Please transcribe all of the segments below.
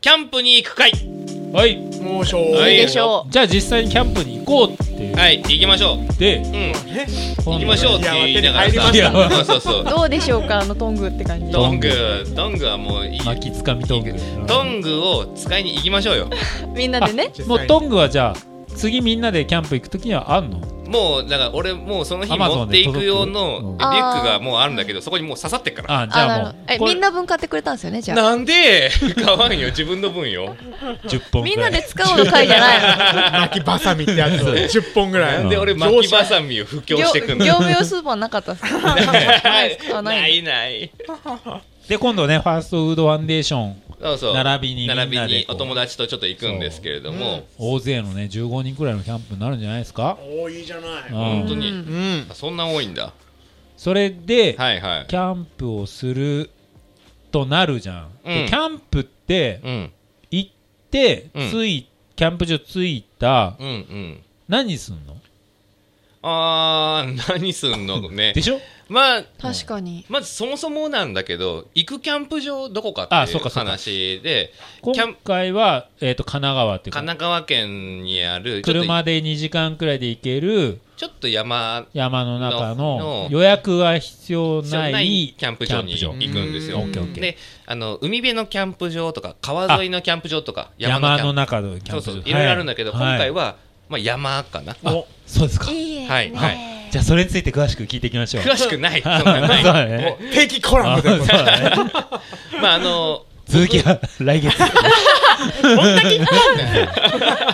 キャンプに行く会はいもうしょうはいいでしょじゃあ実際にキャンプに行こうって言っはい行きましょうて、うんえ行きましょうって言いながらさいや手に入りまそうそうそううどうでしょうかのトングって感じトングトングはもういい巻きつかみトングトングを使いに行きましょうよみんなでねもうトングはじゃあ次みんなでキャンプ行く時にはあんのもうだから俺もうその日 Amazon 持っていく用での届リュくックがもうあるんだけどそこにもう刺さってっからあじあなゃるあほもどうえこれみんな分買ってくれたんですよねじゃあなんで 買わんよ自分の分よ10本みぐんらないで使おうの会じゃない 巻きバサミってやつそう10本ぐらいなんで俺巻きバサミを布教の業してくんの業務用スーパーなかったっすかないですかないないないで今度ねファーストフードファンデーションそうそう並びにみんなで並びにこうお友達とちょっと行くんですけれども大勢のね15人くらいのキャンプになるんじゃないですか、おーいいじゃなうんい本当うにんうんあそんな多いんだそれで、はいはいキャンプをするとなるじゃん、でうんキャンプってうん行って、うんついキャンプ場着いたうんうん何すんのあー何すんのね でしょまあ確かにまずそもそもなんだけど行くキャンプ場どこかあっていそううかそうか話でキャン今回は、えー、と神奈川っていう神か奈川県にあるちょっと車で2時間くらいで行けるちょっと山山の中のの予約が必要ないないキャンプ場にキャンプ行くんですようんオッケーオッケーであの海辺のキャンプ場とか川沿いのキャンプ場とか場山キャのン中のキャンプ場そうそういろいろあるんだけど、はい今回は、まあ、山かなあそうですかいいねはいはいじゃあそれについて詳しく聞いていきましょう詳しく ないそんそうなのないだもねう定期コラあムそでうだねまああの続きは 来月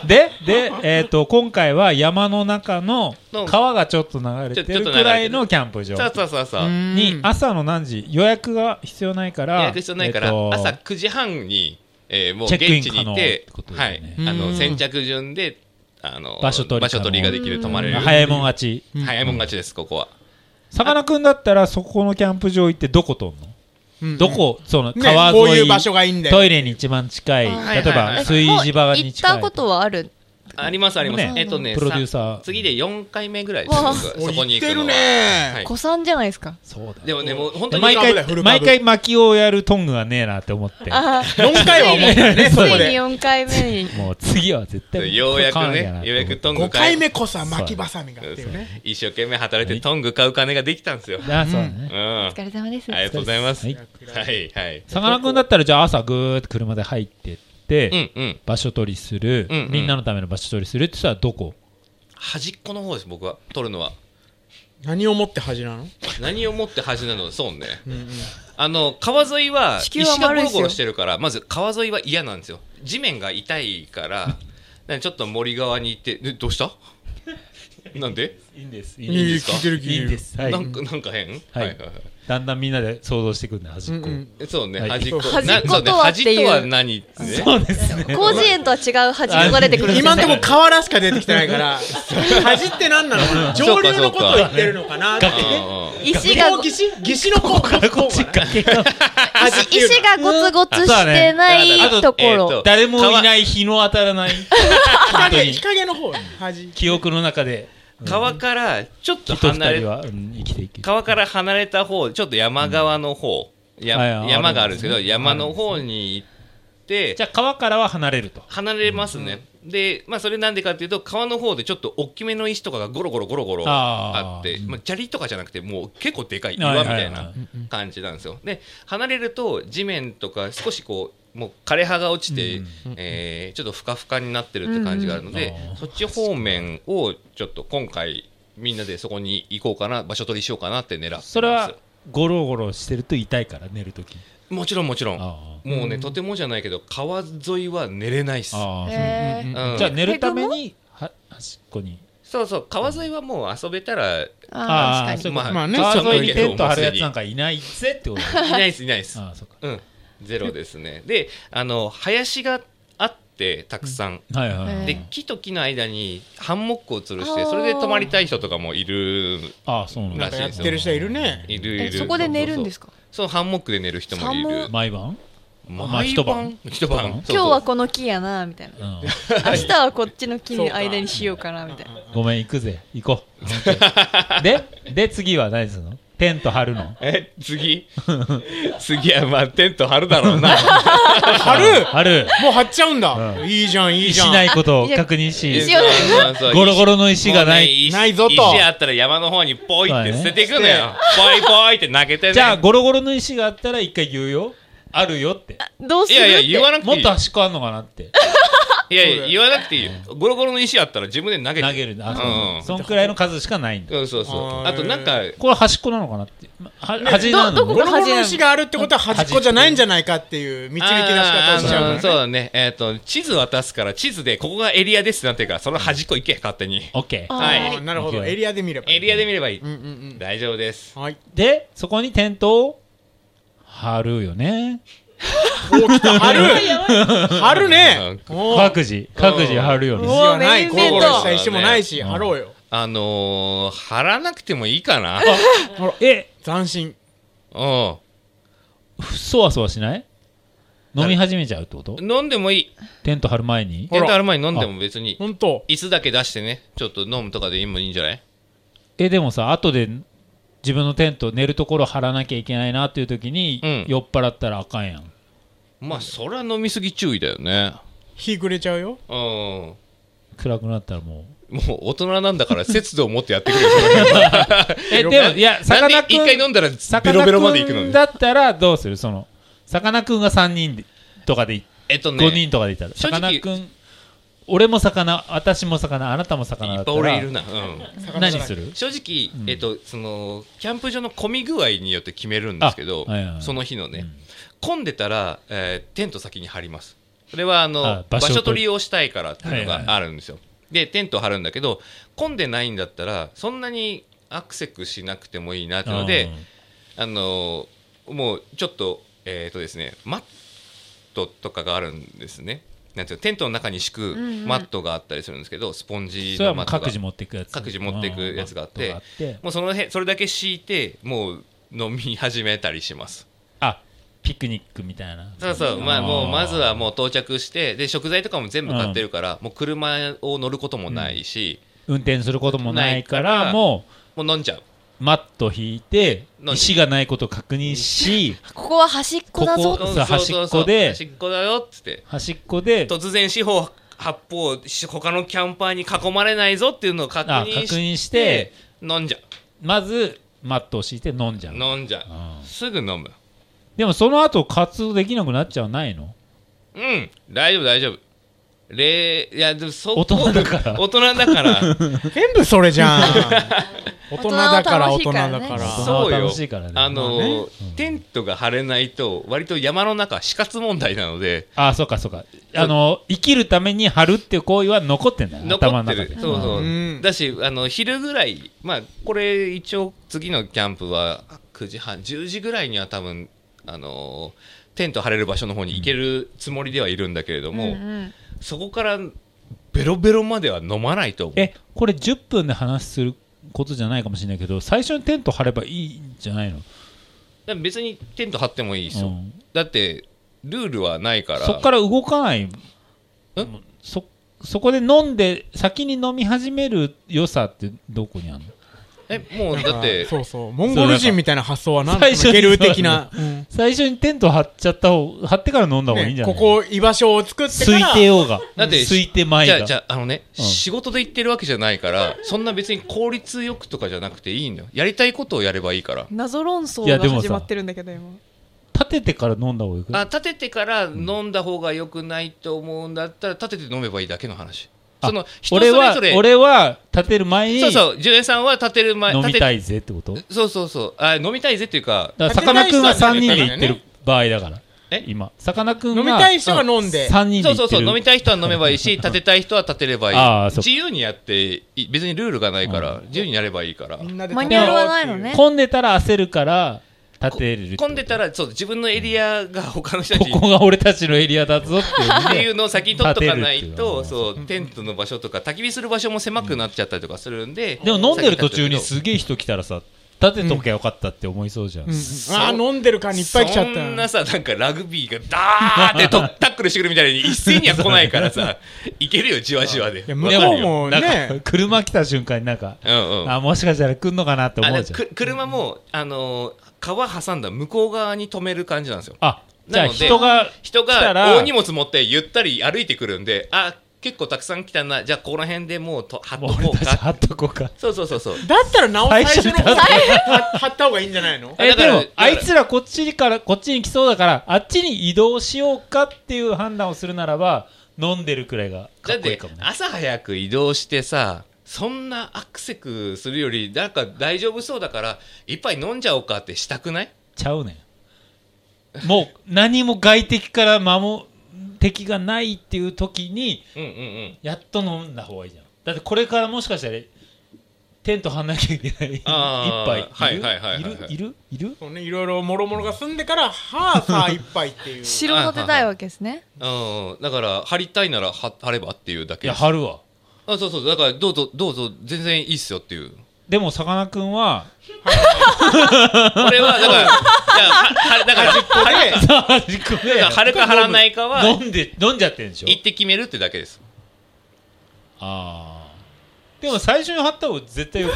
ででえっ、と今回は山の中のの川がちょっと流れてちょるっと流れてるくらいのキャンプ場さあさあさあさあに朝の何時予約が必要ないから予約必要ないから、えっと朝9時半に、えーもうチェ現ックイン地に行っ可能っててことだはよいね、あうのん先着順であの場所取り可能りができる泊まれるまあ早いもん勝ち早いもん勝ちですここはさかなクンだったらそこのキャンプ場行ってどこ取んの、うんどこそのね川沿い,、こういう場所がいいんだよトイレに一番近いあはい例えーはいはばい炊事場もうに行っ近いたことはあるありますあります、ねえっとねプロデューサーさ次で4回目ぐらいですわあ僕おそこに行くのは行ってるねはい子さんじゃないですかそうだでもねもう本当に毎フルカブだよフ回ルカブ毎回薪をやるトングがねえなって思ってあー4回は思ったねついに そつこいにで4回目にもう次は絶対ようやく買わなきゃなねようやくトング5回買目こそは巻きバサミがっていうね一生懸命働いてトング買う金ができたんですよ、うん、あそうだね、あお疲れ様ですりがとうございますははいいはい、さかなクンだったらじゃあ朝ぐーって車で入ってって、うんうん場所取りする、うんうんみんなのための場所取りするってさどこ端っこの方です僕は取るのは何をもって恥なの何をもって端なのそうねうんうんあの川沿いは地石球はがゴ丸いっロすよゴロしてるからまず川沿いは嫌なんですよ地面が痛いからなんかちょっと森側に行ってえどうしたなんで、いいんですいいいですか聞いてる聞いてるいいんです、はい、なんかなんか変、はいだんだんみんなで想像してくるんだ端っこ、うんうんい、そうね、はい端っこ端っなそうねことはって端っいうこは何ねそうですね広辞苑とは違う端っこが出てくるんです今よん ねとこ河原しか出てきてないから恥って何なのかな上流のことを言ってるのかなってあー石が義士義士の方がこうかな石石がゴツゴツしてないうんとこえーろと誰もいない日の当た らない日本当陰に日陰の方恥記憶の中で川からちょっと一人離二れ人は、うん生きていける川から離れた方ちょっと山側の方、やはい山があるんですけどあるんですね山の方に行ってじゃあ川からは離れると離れますね、で、まあ、それなんでかっていうと川の方でちょっと大きめの石とかがゴロゴロゴロゴロあーあってうんまあ、砂利とかじゃなくてもう結構でかいは岩いはみいはいたいな感じなんですよで離れると地面とか少しこうもう枯れ葉が落ちて、うんえーちょっとふかふかになってるって感じがあるので、うんうんそっち方面をちょっと今回みんなでそこに行こうかな場所取りしようかなって狙ってますそれはゴロゴロしてると痛いから寝るときもちろんもちろんあもうね、とてもじゃないけど川沿いは寝れないっすあへーーうんうんじゃあ寝るためには端っこにそうそう川沿いはもう遊べたらあーー確かそういにうことまあね川沿ちょいにっといいけどテント張るやつなんかいないぜってこといないですいないですああそうかうんゼロですねであの林があってたくさん、はいはいはいで木と木の間にハンモックを吊るしてそれで泊まりたい人とかもいるああそうなんだなんかやってる人いるねいるいえるそこで寝るんですかかそうそうハンモックで寝る人もいる寒毎晩まあ毎一晩一晩今日はそうこの木やなみた いなうん明日はこっちの木の間にしようかなみたいな ごめん行くぜ行こうでで次は何するのテント張るのえ次 次はまあテント張るだろ うな貼る張るもう貼っちゃうんだ、ういいじゃんいいじゃしんないことを確認し石をそうそうゴロゴロの石がないもうね石ないぞと石あったら山の方にポイって捨てていくのそうだよねポイポイって投げてねじゃあゴロゴロの石があったら一回言うよあるよってどうすいるっやていや言わなくてもいっいとよ端っこあんのかなっていやいや言わなくていいよゴロゴロの石あったら自分で投げて投げるんだあうんそうそんくらいの数しかないんだそうそうそうあーあとなんかこれ端っこなのかなってまは端なのどどこゴロゴロの石があるってことは端っこじゃないんじゃないかっていう導き出し方をしちゃあうーあのそうだねえっと地図渡すから地図でここがエリアですってなってるからその端っこ行け勝手にオッケーあはいあーなるほどエリアで見ればエリアで見ればいいうんうん大丈夫ですうんはいでそこにテントを張るよねお来た貼る貼るねうおー各自各自張るよ石ねはないおゴーメインイベロントゴロした石もないしうん貼ろうよあのー張らなくてもいいかなほらえ斬新うんそわそわしない飲み始めちゃうってこと飲んでもいいテント張る前にほテらントある前に飲んでも別に本当椅子だけ出してねちょっと飲むとかでもいいんじゃないえでもさ後で自分のテント寝るところ張らなきゃいけないなっていう時に、うん酔っ払ったらあかんやんまあそりゃ飲みすぎ注意だよね日暮れちゃうようん暗くなったらもうもう大人なんだから節度を持ってやってくれよ えでもいやさなかんでなク一ン回飲んだらさベかロなベロまで行くのクンにだったらどうするそのさかなクンが3人でとかでいえっとね5人とかでいたら正さ直かなクン俺も魚私も魚あなたも魚いだっっぱたいら俺いるなうん何する正直、えっと、そのキャンプ場の混み具合によって決めるんですけど、あはいはいはいその日のね、混んでたら、えーテント先に張りますこれはあのあ場場所取り所取りをしたいからっていうのはいがあるんですよ、でテント張るんだけど混んでないんだったらそんなにアクセクしなくてもいいなっていうのであのーもうちょっとえっ、とですねマットとかがあるんですねなんていうのテントの中に敷くんうんマットがあったりするんですけどスポンうんジそれのはもマッうト各が自持っていくやつ各自持っていくやつがあってうんマットがあってもうその辺それだけ敷いてもう飲み始めたりしますあピクニックみたいなそうそうまあーもうまずはもう到着してで食材とかも全部買ってるから、もう車を乗ることもないし、運転することもないないかかららももう飲んじゃううマット引いて何石がないことを確認しここは端っこだこぞこうんさそうそうそう端っこで端っこだよっつって端っこで突然四方八方し他のキャンパーに囲まれないぞっていうのを確あ認して確認して飲んじゃまずマットを敷いて飲んじゃうう飲んじゃううんすぐ飲むでもその後活動できなくなっちゃうないのうん大丈夫大丈夫れいやでもそこ大人だか ら大人だ から全部それじゃん大人だから大大人人はだ楽しいかからねらそうよ楽しいからねあのまあーテントが張れないと割と山の中死活問題なのであそうかそうかあの生きるために張るっていう行為は残ってんだよ残頭のって中るでそうそう、うんだしあの昼ぐらいまあこれ一応次のキャンプは9時半10時ぐらいには多分あのーテント張れる場所の方に行けるつもりではいるんだけれども、うんそこからベロベロまでは飲まないと思うえこれ10分で話することじゃないかもしれないけど最初にテント張ればいいんじゃないのだから別にテント張ってもいいですよ、うんだってルールはないからそこから動かないえそそこで飲んで先に飲み始める良さってどこにあるのえもうだってそうそうモンゴル人みたいな発想はなんだ最初にゲル的なうん最初にテント張っちゃった方張ってから飲んだ方がいいんじねゃなこい、こ居場所を作ってか推ら定王がだって推定前じゃあがじゃああのね、うん仕事で行ってるわけじゃないからそんな別に効率よくとかじゃなくていいんだよやりたいことをやればいいから謎論争いやでがもさ始まってるんだけど今立ててから飲んだ方がいいあ立ててから飲んだ方が良くないと思うんだったら立てて飲めばいいだけの話あその人そ俺れはぞれ俺は立てる前にそうそうジュエさんは立てる前飲み立たていぜってことだそうそうそうあ飲みたいぜっていうかからさかなクンが3人で行ってる場合だからえ今さかなクンが飲みたい人が飲んで3人そうで行ってるそうそう飲みたい人は飲めばいい し立てたい人は立てればいいあーそう自由にやっていい別にルールがないから、自由にやればいいからみんなでマニュアルはないのね混んでたら焦るから立てるってこと混んでたらそう自分のエリアが他の人たこちにこが俺たちのエリアだぞっていう ってねいうのを先に取っとかない立てるっていうとのそうテントの場所とか焚き火する場所も狭くなっちゃったりとかするんででも飲んでる途中に先立ってすげえ人来たらさ立てときゃよかったって思いそうじゃん、あー飲んでる感にいっぱい来ちゃったそんなさなんかラグビーがダーってとタックルしてくるみたいに一斉には来ないからさいけるよじわじわでいやわ向かるこようもなんかね車来た瞬間になんか、うんうんあもしかしたら来んのかなってあ思なうんじかゃんく車も、あのー川挟んだ向こう側に止める感じなんですよあじゃあなので人が人来たがら大荷物持ってゆったり歩いてくるんであ結構たくさん来たなじゃあこの辺でもうと貼っともう俺こうたちか貼っとこうかそうそうそうそうだったらなお最初の方最は貼った方がいいんじゃないのあえだかでらもだからあいつらこっちからこっちに来そうだからあっちに移動しようかっていう判断をするならば飲んでるくらいがかだっっこいいてかもね朝早く移動してさそんなアクセクするよりなんか大丈夫そうだから一杯飲んじゃおうかってしたくないちゃうねんもう何も外敵から守敵がないっていう時にうんうんうんやっと飲んだ方がいいじゃんだってこれからもしかしたらテント張んなきゃいけない一あー杯いるはいはいはいはいいるはいいるいるそうねいろいろもろもろが済んでからはあさあ一杯って いう城の出たいわけですね。うんだから貼りたいなら貼貼ればっていうだいけやです張るわあそうそうだからどうぞどうぞ全然いいっすよっていうでもさかなクンは 俺はだからいやははだから貼れさあ自己だでから貼るか貼らないかは飲んで飲んじゃってるんでしょ行って決めるってだけですああでも最初に貼った方が絶対よく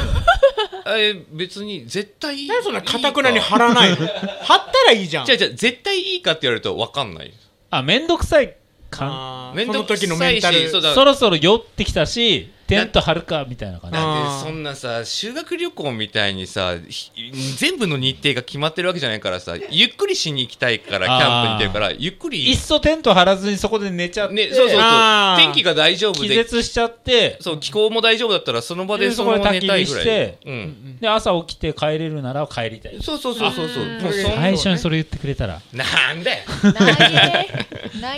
ないえ別に絶対いいなんでそんなかたくなに貼貼らないの貼ったらいいじゃんじゃじゃ絶対いいかって言われると分かんない あ面倒くさい感あー面そ倒のく時のさメンいタルしそうだそろそろ酔ってきたしテント張るかみたいな感じあだーってそんなさ修学旅行みたいにさひ全部の日程が決まってるわけじゃないからさゆっくりしに行きたいからキャンプに行ってるからゆっくいりっそテント張らずにそこで寝ちゃって、ね、そうそうそうあー天気が大丈夫気で絶しちゃってそう気候も大丈夫だったらその場ででそのままそこ寝で焚きたい火ぐらしいてうん、で朝起きて帰れるなら帰りたいそうそうそうそうそうあーもうそん最初にそれ言ってくれたらなんだよ投げ ー、投げーなー。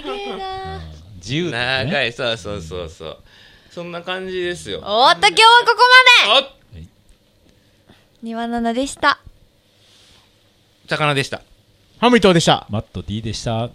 自由だよね長いそうそうそうそうそんな感じですよ終わった今日はここまであ庭菜々でした。魚でしたハムイトでしたマット D でした